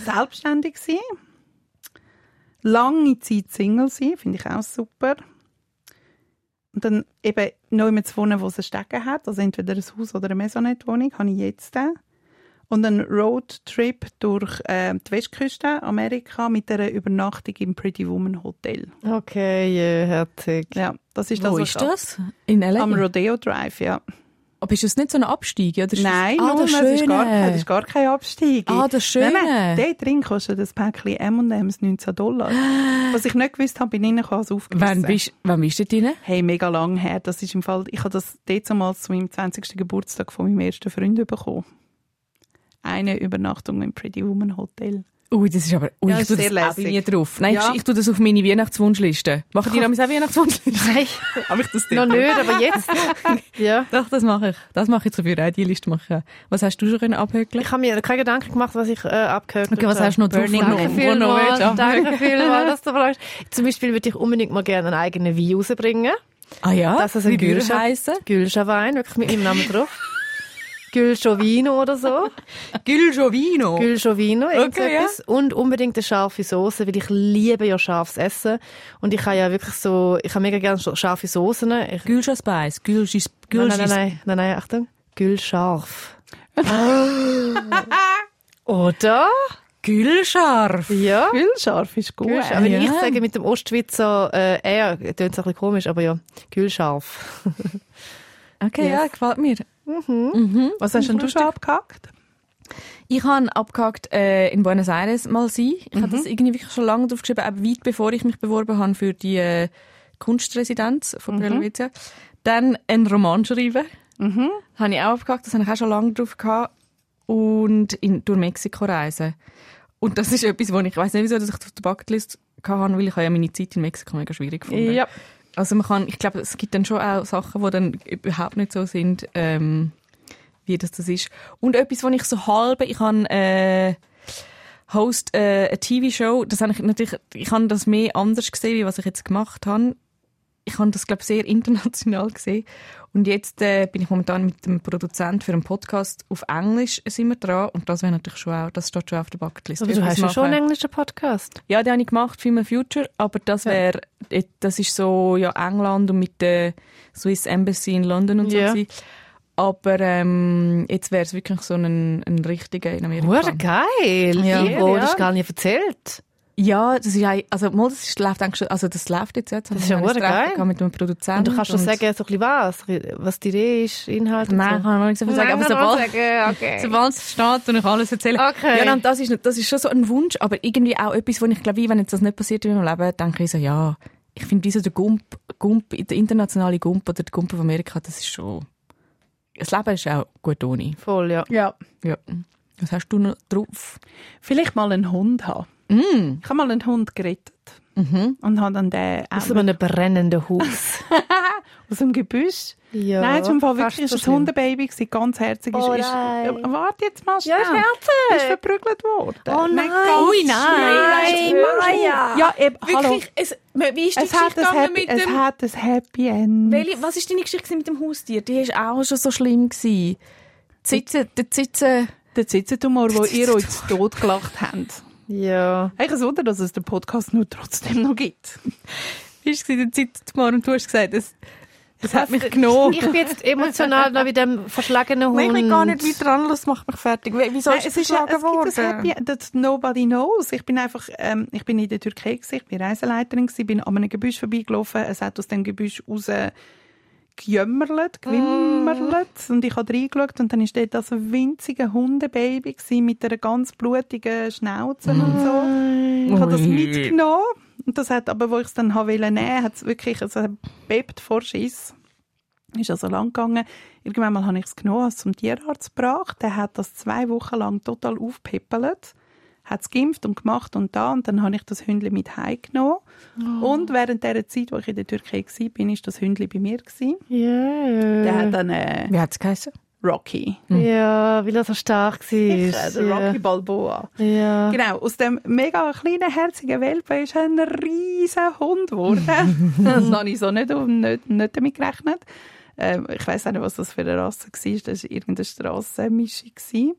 selbstständig sein. Lange Zeit Single sein, finde ich auch super. Und dann eben noch jemand zu wohnen, wo es einen Stecken hat. Also entweder ein Haus oder eine Maisonette-Wohnung habe ich jetzt. Den. Und ein Roadtrip durch äh, die Westküste Amerika mit einer Übernachtung im Pretty Woman Hotel. Okay, yeah, herzig. Ja, das ist (laughs) das. Wo was ist ich- das? In LA? Am Rodeo Drive, ja. Aber ist das nicht so ein Abstieg? Oder ist Nein, das, ah, nur, das, es Schöne. ist gar, kein- das ist gar kein Abstieg. Ah, das Schöne. Nein, nein, dort drin kostet das Päckchen M&M's (gasps) 19 Dollar. Was ich nicht gewusst habe, bin ich nachher also Wann aufgewiesen. bist, wann bist du drin? Hey, mega lang her. Das ist im Fall, ich habe das damals zu meinem 20. Geburtstag von meinem ersten Freund bekommen. Eine Übernachtung im Pretty Woman Hotel. Ui, das ist aber... Ui, Ja, ich tue sehr das auch lässig. bei mir drauf. Nein, Ja. ich, ich tue das auf meine Weihnachtswunschliste. Machen die damals auch (laughs) Weihnachtswunschliste? Nein, Habe ich das noch nicht, aber jetzt. ja. Doch, das mache ich. Das mache ich dafür auch. Die Liste mache ich auch. Was hast du schon können abhökeln? Ich habe mir keine Gedanken gemacht, was ich äh, abgehört habe. Okay, was hast du noch drauf? Burning wo Man. Danke noch- wo noch vielmals, willst du abhökeln? danke vielmals, dass du fragst. Zum Beispiel würde ich unbedingt mal gerne einen eigenen Wein rausbringen. Ah ja? Dass es ein Wie würde Gürschel- heissen? Gülscher Wein, wirklich mit meinem Namen drauf. Gül Giovino oder so. Gül Giovino. Gül Giovino, Okay, ja. irgendetwas. Und unbedingt eine scharfe Soße, weil ich liebe ja scharfes Essen. Und ich habe ja wirklich so, ich habe mega gerne scha- scharfe Soßen. Ich, Gülscha Spice. Gülscha Spice. nein, nein, nein, nein, nein, nein, Achtung. (laughs) Gül scharf. oder? Gülscharf. Ja. Kühlscharf ist gut. Gülsch, aber ja. ich sage mit dem Ostschweizer äh, R, tönt es ein bisschen komisch, aber ja, gülscharf. Okay, ja, gefällt mir. Was hast denn du schon abgehackt? Ich habe abgehakt äh, in Buenos Aires mal sein. Ich habe das irgendwie wirklich schon lange draufgeschrieben, auch weit bevor ich mich beworben habe für die äh, Kunstresidenz von Brelovitia. Dann einen Roman schreiben. Habe ich auch abgehakt, das habe ich auch schon lange drauf gehabt. Und in, durch Mexiko reisen. Und das ist etwas, wo ich, ich weiß nicht, wieso dass ich das auf der Bucketlist hatte, weil ich habe ja meine Zeit in Mexiko mega schwierig gefunden. (laughs) Also man kann, ich glaube, es gibt dann schon auch Sachen, die dann überhaupt nicht so sind, ähm, wie das das ist. Und etwas, was ich so halbe, ich habe äh, Host äh, eine TV-Show, das habe ich natürlich, ich habe das mehr anders gesehen, wie was ich jetzt gemacht habe. Ich habe das, glaube ich, sehr (laughs) international gesehen. Und jetzt äh, bin ich momentan mit dem Produzent für einen Podcast auf Englisch sind wir dran. Und das wäre natürlich schon auch, das steht schon auf der Bucketlist. Aber du Etwas hast ja schon machen. einen englischen Podcast. Ja, den habe ich gemacht, Film Future, aber das wäre, das ist so, ja, England und mit der Swiss Embassy in London und Ja. so. gewesen. Aber ähm, jetzt wäre es wirklich so ein, ein richtiger in Amerika. Hure geil. Ja. Ja. Ja. das ist gar nicht erzählt. Ja, das ist eigentlich, also mal, das ist, läuft eigentlich schon, also das läuft jetzt jetzt. ist ja Ich habe ein hure Treffen geil. gehabt Mit einem Produzenten. Und du kannst schon sagen, so ein bisschen was, was die Idee ist, Inhalt und Nein, so. kann ich noch nicht so viel sagen, aber sobald, (laughs) Sobald es steht, und ich alles erzählen. Okay. Ja, nein, das ist, das ist schon so ein Wunsch, aber irgendwie auch etwas, wo ich glaube, wenn jetzt das nicht passiert in meinem Leben, denke ich so, ja, ich finde, wieso der Gump, Gump, der internationale Gump oder der Gump von Amerika, das ist schon, das Leben ist auch gut ohne. Voll, ja. Ja. Ja. Was hast du noch drauf? Vielleicht mal einen Hund haben. Mm. Ich habe mal einen Hund gerettet. Mhm. Und habe dann den ähm, Aus einem brennenden Haus. aus dem Gebüsch. Ja, Nein, es war im Fall fast wirklich so ist ein schlimm. Hundebaby, gewesen, ganz herzig. ist, Oh ist, nein. Ja, warte jetzt mal schnell. Ja, ist herzig. Ist verprügelt worden. Oh nein. ganz Ui, nein. schnell. Nein, Maja. Ja, eben, hallo. es, wie ist Es hat, ein Happy, es hat ein Happy End. Welche, was ist deine Geschichte mit dem Haustier? Die ist auch schon so schlimm gewesen. Die Sitze, die Sitze. Der Zitzentumor, wo ihr euch zu Tod gelacht habt. ja. Eigentlich ein Wunder, dass es den Podcast nur trotzdem noch gibt. Wie war die Zeit morgen und du hast gesagt, es, es hat mich genommen. Ich bin jetzt emotional noch mit dem verschlagenen Hund. dran, das macht mich fertig. Wieso Nein, es ist ja, es gibt ein Happy End, das Nobody Knows. Ich bin einfach, ähm, ich bin in der Türkei gewesen, ich bin Reiseleiterin gewesen, bin an einem Gebüsch vorbeigelaufen, es hat aus dem Gebüsch raus gejämmerlet, gewimmerlet und ich habe reingeschaut und dann ist dort das winzige Hundebaby gewesen, mit einer ganz blutigen Schnauze und so. Ich habe das Ui. mitgenommen und das hat, aber wo ich es dann habe wollen nehmen, hat es wirklich, es hat bebt vor Schiss. Ist also lang gegangen. Irgendwann mal habe ich es genommen, habe es zum Tierarzt gebracht. Der hat das zwei Wochen lang total aufgepippelt. Hat es geimpft und gemacht und da. Und dann habe ich das Hündli mit heimgenommen. Und während dieser Zeit, wo ich in der Türkei war, bin, ist das Hündli bei mir. Gewesen. Der Ja. hat dann äh, Wie hat es geheißen? Rocky. ja, weil er so stark Sicher, war. Hm. der Rocky Balboa. Ja. Genau, aus dem mega kleinen, herzigen Welpen ist ein riesen Hund geworden. (laughs) das habe ich so nicht, nicht, nicht damit gerechnet. Ähm, ich weiß auch nicht, was das für eine Rasse war. Das war irgendeine Strassenmischung. gewesen.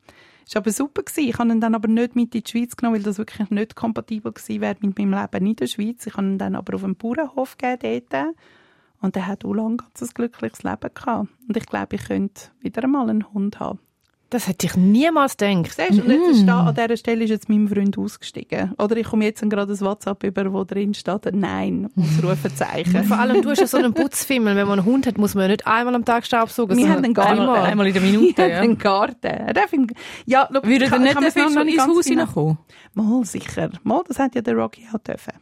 Ist aber super. Gewesen. Ich habe ihn dann aber nicht mit in die Schweiz genommen, weil das wirklich nicht kompatibel gewesen wäre mit meinem Leben in der Schweiz. Ich habe ihn dann aber auf einen Bauernhof gegeben dort. Und der hat auch lange ein ganzes glückliches Leben gehabt. Und ich glaube, ich könnte wieder einmal einen Hund haben. Das hätte ich niemals gedacht. Siehst du, und jetzt ist Mhm. da, an dieser Stelle ist jetzt mein Freund ausgestiegen. Oder ich komme jetzt gerade ein WhatsApp über, wo drin steht, nein, (laughs) Ausrufezeichen. Vor allem, du hast ja so (laughs) einen Putzfimmel. Wenn man einen Hund hat, muss man ja nicht einmal am Tag staubsaugen. Wir haben sondern einen Garten. einmal. einmal in der Ich Minute, habe ja. einen Garten. Er darf im, ja, schau, Würde dann kann- nicht kann man der Fisch vielleicht noch nicht ins ganz Haus genau- hineinkommen? Mal, sicher. Mal, das hat ja der Rocky auch dürfen.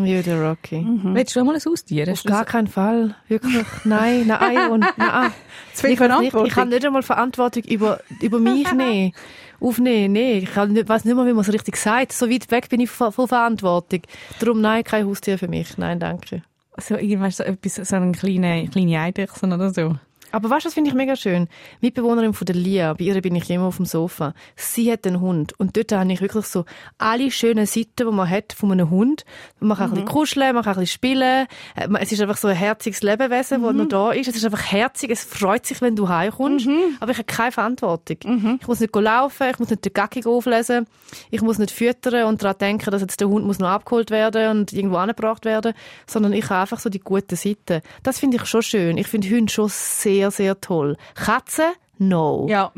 Ja, der Rocky. Mhm. Willst du schon mal ein Haustier? Auf gar keinen Fall. Wirklich. Nein, nein und nein. ah. Zu viel Ich kann nicht, ich Verantwortung. kann nicht einmal Verantwortung über, über mich nehmen. Aufnehmen, nein. Ich kann nicht, weiss nicht mal, wie man es richtig sagt. So weit weg bin ich von, von Verantwortung. Darum nein, kein Haustier für mich. Nein, danke. So, irgendwann so, etwas, so eine kleine, kleine Eidechsen oder so. Aber weißt du, das finde ich mega schön. Mitbewohnerin von der Lia, bei ihr bin ich immer auf dem Sofa. Sie hat einen Hund. Und dort habe ich wirklich so alle schönen Seiten, die man hat von einem Hund. Man kann ein bisschen kuscheln, man kann ein bisschen spielen. Äh, man- Es ist einfach so ein herziges Lebewesen, das noch da ist. Es ist einfach herzig. Es freut sich, wenn du heimkommst. Aber ich habe keine Verantwortung. Ich muss nicht laufen, ich muss nicht den Gacki auflesen, ich muss nicht füttern und daran denken, dass jetzt der Hund muss noch abgeholt werden und irgendwo angebracht werden, sondern ich habe einfach so die guten Seiten. Das finde ich schon schön. Ich finde Hunde schon sehr, sehr toll. Katzen? No. Ja,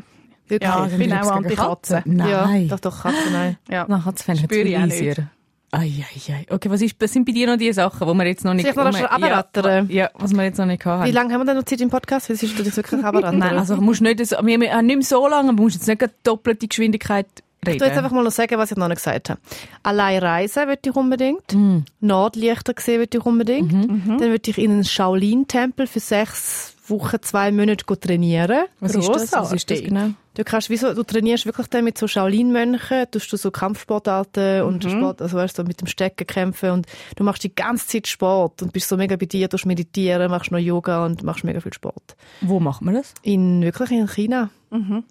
Wirklich. Ja, Ja, ich bin Liebes auch gegen Anti-Katze. Nein. doch, doch, Katzen, nein. Ja. Dann hat es vielleicht Spüre ich auch nicht. easier. Ai, ai, ai. Okay, was ist, was sind bei dir noch die Sachen, die wir jetzt noch nicht... Soll ich noch wo schnell wir- abrattern? Ja, ja, was wir jetzt noch nicht Wie hatten. lange haben wir denn noch Zeit im Podcast? Weil sonst tue ich wirklich abraten. Nein, also musst nicht, so- wir, wir haben nicht mehr so lange, aber musst jetzt nicht gerade doppelte Geschwindigkeit reden. Ich tu jetzt einfach mal noch sagen, was ich noch nicht gesagt habe. Allein reisen würde ich unbedingt. Nordlichter sehen würde ich unbedingt. Mhm. Dann würde ich in einen Shaolin-Tempel für sechs Wochen, zwei Monate go trainieren. was ist das? Was Grossartig. ist das genau? Du kannst, wieso, du trainierst wirklich dann mit so Shaolin-Mönchen, tust du so Kampfsportarten Mhm. und Sport, also weißt du, so mit dem Stecken kämpfen und du machst die ganze Zeit Sport und bist so mega bei dir, tust meditieren, machst noch Yoga und machst mega viel Sport. Wo macht man das? In wirklich in China.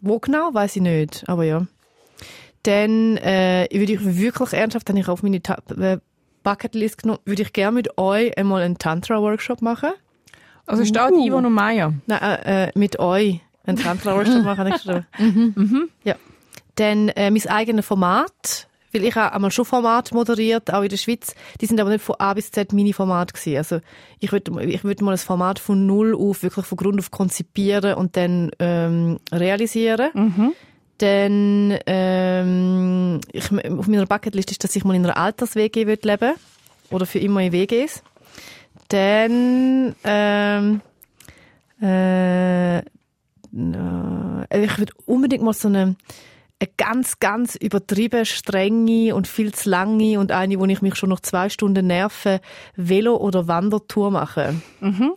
Wo genau, weiß ich nicht, aber ja. Dann äh, würde ich wirklich ernsthaft, habe ich auf meine Ta äh, Bucketlist genommen, würde ich gerne mit euch einmal einen Tantra-Workshop machen. Also steht Uh. Ivo und Maya. Nein, äh, äh, mit euch einen Tantra-Workshop machen. Nicht mhm. Mhm. Ja. Dann äh, mein eigenes Format, weil ich habe einmal schon Format moderiert, auch in der Schweiz. Die sind aber nicht von A bis Z meine Formate gewesen. Also ich würde ich würd mal ein Format von Null auf, wirklich von Grund auf konzipieren und dann ähm, realisieren. Dann ähm, ich, auf meiner Bucketlist ist, dass ich mal in einer Alters-WG würd leben oder für immer in WGs. Dann ähm, äh, na, also ich würde unbedingt mal so eine, eine ganz, ganz übertrieben strenge und viel zu lange und eine, wo ich mich schon noch zwei Stunden nerve, Velo- oder Wandertour machen. Mhm.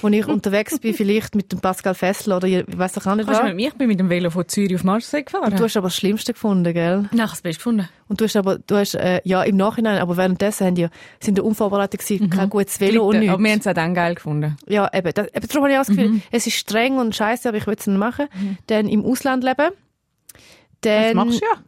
Wo ich unterwegs bin, vielleicht mit dem Pascal Fessler oder ich weiß auch nicht Kannst du was. mit mir? Ich bin mit dem Velo von Zürich auf Marseille gefahren. Du hast aber das Schlimmste gefunden, gell? Nein, ich habe das Beste gefunden. Und du hast aber, du hast, äh, ja, im Nachhinein, aber währenddessen haben die, sind die unvorbereitet gewesen, kein gutes Velo und Dritte. oh, nichts. Aber wir haben es auch dann geil gefunden. Ja, eben. Das, eben darum habe ich auch das Gefühl, es ist streng und scheiße, aber ich will es nicht machen. Dann im Ausland leben. Dann, das machst du genau, ja.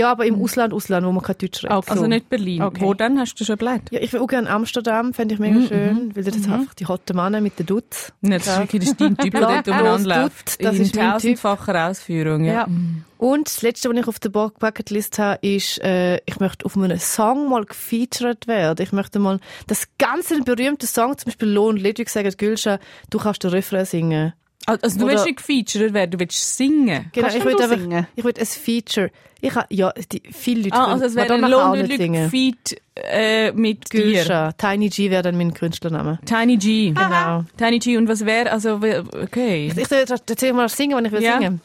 ja, aber im Ausland, Ausland, wo man kein Deutsch redet. Okay. Also nicht Berlin. Okay. Wo dann hast du schon überlegt? Ja, ich will auch gerne Amsterdam, fände ich mega schön, weil dort sind einfach die hotten Männer mit den Dutz. Nein, das ist wirklich das dein (laughs) Typ, der dort Blattlos umeinander läuft. tut, das in ist mein Typ. tausendfacher Ausführung. Ja. Ja. Und das Letzte, was ich auf der Bo- Bucketlist habe, ist, äh, ich möchte auf einem Song mal gefeatured werden. Ich möchte mal das ganze berühmte Song, zum Beispiel Lohn und Ludwig sagen, Gülscha, du kannst den Refrain singen. Also du Oder- willst nicht gefeatured werden, du willst singen. Genau, Kannst ich denn würde du einfach, singen? ich würde ein Feature. Ich ha, ja, die, viele Leute. Ah, also es wäre ein lohnlödlich Feature. Feed äh, mit dir. Gülscha. Tiny G wäre dann mein Künstlername. Tiny G. Genau. Tiny G. Und was wäre, also, we- okay. Ich erzähle mal singen, wenn ich will Ja. singen.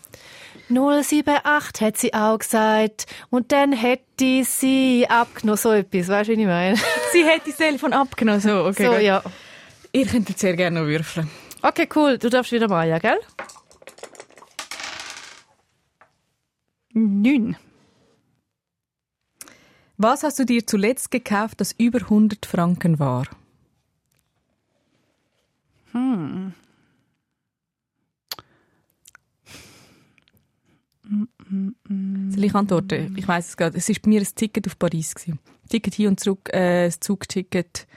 078 hat sie auch gesagt und dann hätte sie abgenommen. So etwas, weißt du, wie ich meine? Sie hat das Telefon abgenommen, so, okay. so, gut. ja. Ihr könntet sehr gerne noch würfeln. Okay, cool. Du darfst wieder Maya, gell? Neun. Was hast du dir zuletzt gekauft, das über 100 Franken war? Hm. Soll ich antworten? Ich weiß es gerade. Es war bei mir ein Ticket auf Paris. Gewesen. Ticket hin und zurück, äh, das Zugticket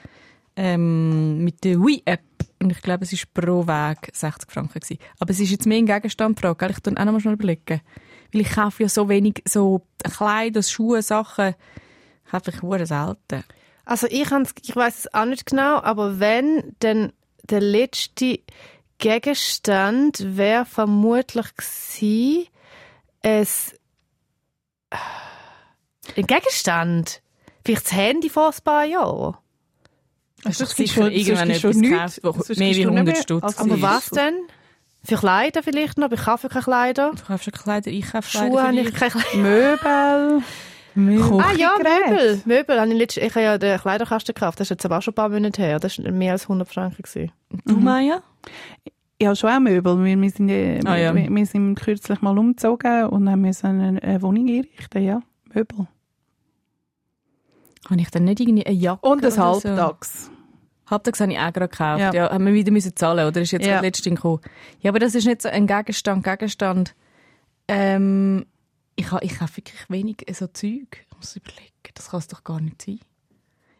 ähm, mit der Wii-App. Und ich glaube, es war pro Weg 60 Franken. Gewesen. Aber es ist jetzt mehr ein Gegenstand die Frage, gell? Ich tue auch noch mal schnell überlegen. Weil ich kaufe ja so wenig so Kleider, Schuhe, Sachen. Kaufe ich hure selten. Also ich, hans- ich weiß es auch nicht genau, aber wenn, dann der letzte Gegenstand wäre vermutlich gsi es äh, ein Gegenstand. Vielleicht das Handy vor ein paar Jahren. Also doch sicher irgendwann etwas gekauft, wo mehr wie 100 Stutz Also Aber ist was denn? Für Kleider vielleicht noch, aber ich kaufe keine Kleider. Du kaufst ja Kleider, ich kaufe Schuhe Kleider. habe ich keine Kleider. Möbel. Möbel. Ah ja, Küchengerät. Möbel. Möbel habe ich, letztens, ich habe ja den Kleiderkasten gekauft. Das ist jetzt aber auch schon ein paar Monate her. Das war mehr als 100 Franken. Gewesen. Du, Maya? Ich habe schon auch Möbel. Wir, wir, sind, äh, Ah, ja. wir, wir sind kürzlich mal umgezogen und haben müssen eine, eine Wohnung einrichten. Ja, Möbel. Habe ich dann nicht irgendwie eine Jacke Und oder ein so? Halbtags. Haptax habe ich auch gerade gekauft. Ja. Ja. haben wir wieder müssen zahlen, oder? Ist jetzt Ja. gerade letztens gekommen. Ja, aber das ist nicht so ein Gegenstand, Gegenstand. Ähm, ich habe ich habe wirklich wenig äh, so Zeug. Ich muss überlegen, das kann es doch gar nicht sein.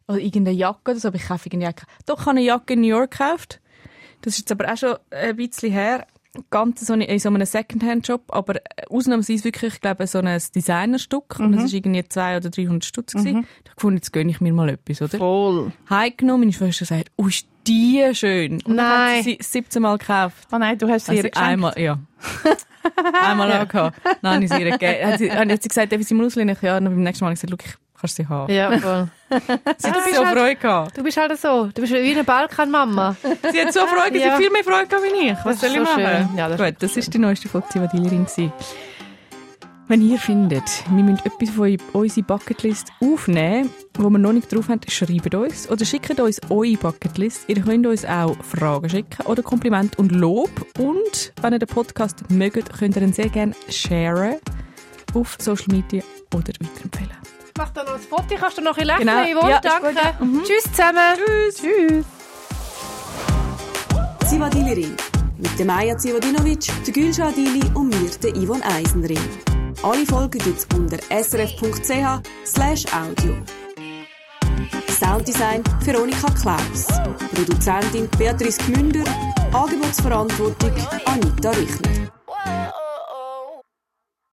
Oder irgendeine Jacke oder so, aber ich kaufe irgendeine Jacke. Doch, ich habe eine Jacke in New York gekauft. Das ist jetzt aber auch schon ein bisschen her. Ganz so eine, in so einem Secondhand-Job, aber äh, ausnahmsweise wirklich, ich glaube, so ein Designerstück. Und das war irgendwie 200 oder 300 Stutz. Mhm. Da gefunden, jetzt gönne ich mir mal etwas, oder? Voll. heimgenommen. Meine Schwester sagt, oh, ist die schön. Und dann hat Nein. sie sie 17 Mal gekauft. Oh nein, du hast sie Hat ihr sie geschenkt. Also einmal, ja. einmal ja. angehabt. Dann habe ich sie ihr gegeben. Hat sie, hat sie gesagt, darf ich sie mal ausleihen? Ich, Ja, und beim nächsten Mal habe ich gesagt, look, ich kannst sie haben. Ja, voll. Sie hat Du bist so halt- Freude gehabt. Du bist halt so. Du bist wie eine Balkan-Mama. Sie hat so Freude, gehabt. sie Ja. hat viel mehr Freude gehabt wie ich. Was Das soll ist ich so machen? schön. Ja, das ist Gut, das war die neueste Folge «Sie war Dealerin». gewesen. Wenn ihr findet, wir müssen etwas von unserer Bucketlist aufnehmen, wo wir noch nicht drauf haben, schreibt uns oder schickt uns eure Bucketlist. Ihr könnt uns auch Fragen schicken oder Kompliment und Lob. Und wenn ihr den Podcast mögt, könnt ihr ihn sehr gerne sharen auf Social Media oder weiterempfehlen. Mach da noch ein Foto, kannst du noch ein bisschen Genau. lächeln. Yvonne, Ja, ist danke. Tschüss zusammen. Mhm. Tschüss. Tschüss. Zivadilerin. Mit der Maja Zivadinovic, der Gülşah Adili und mir, der Yvonne Eisenring. Alle Folgen gibt's unter srf.ch slash audio. Sounddesign Veronika Klaus. Produzentin Beatrice Gmünder. Angebotsverantwortung Anita Richner. Whoa.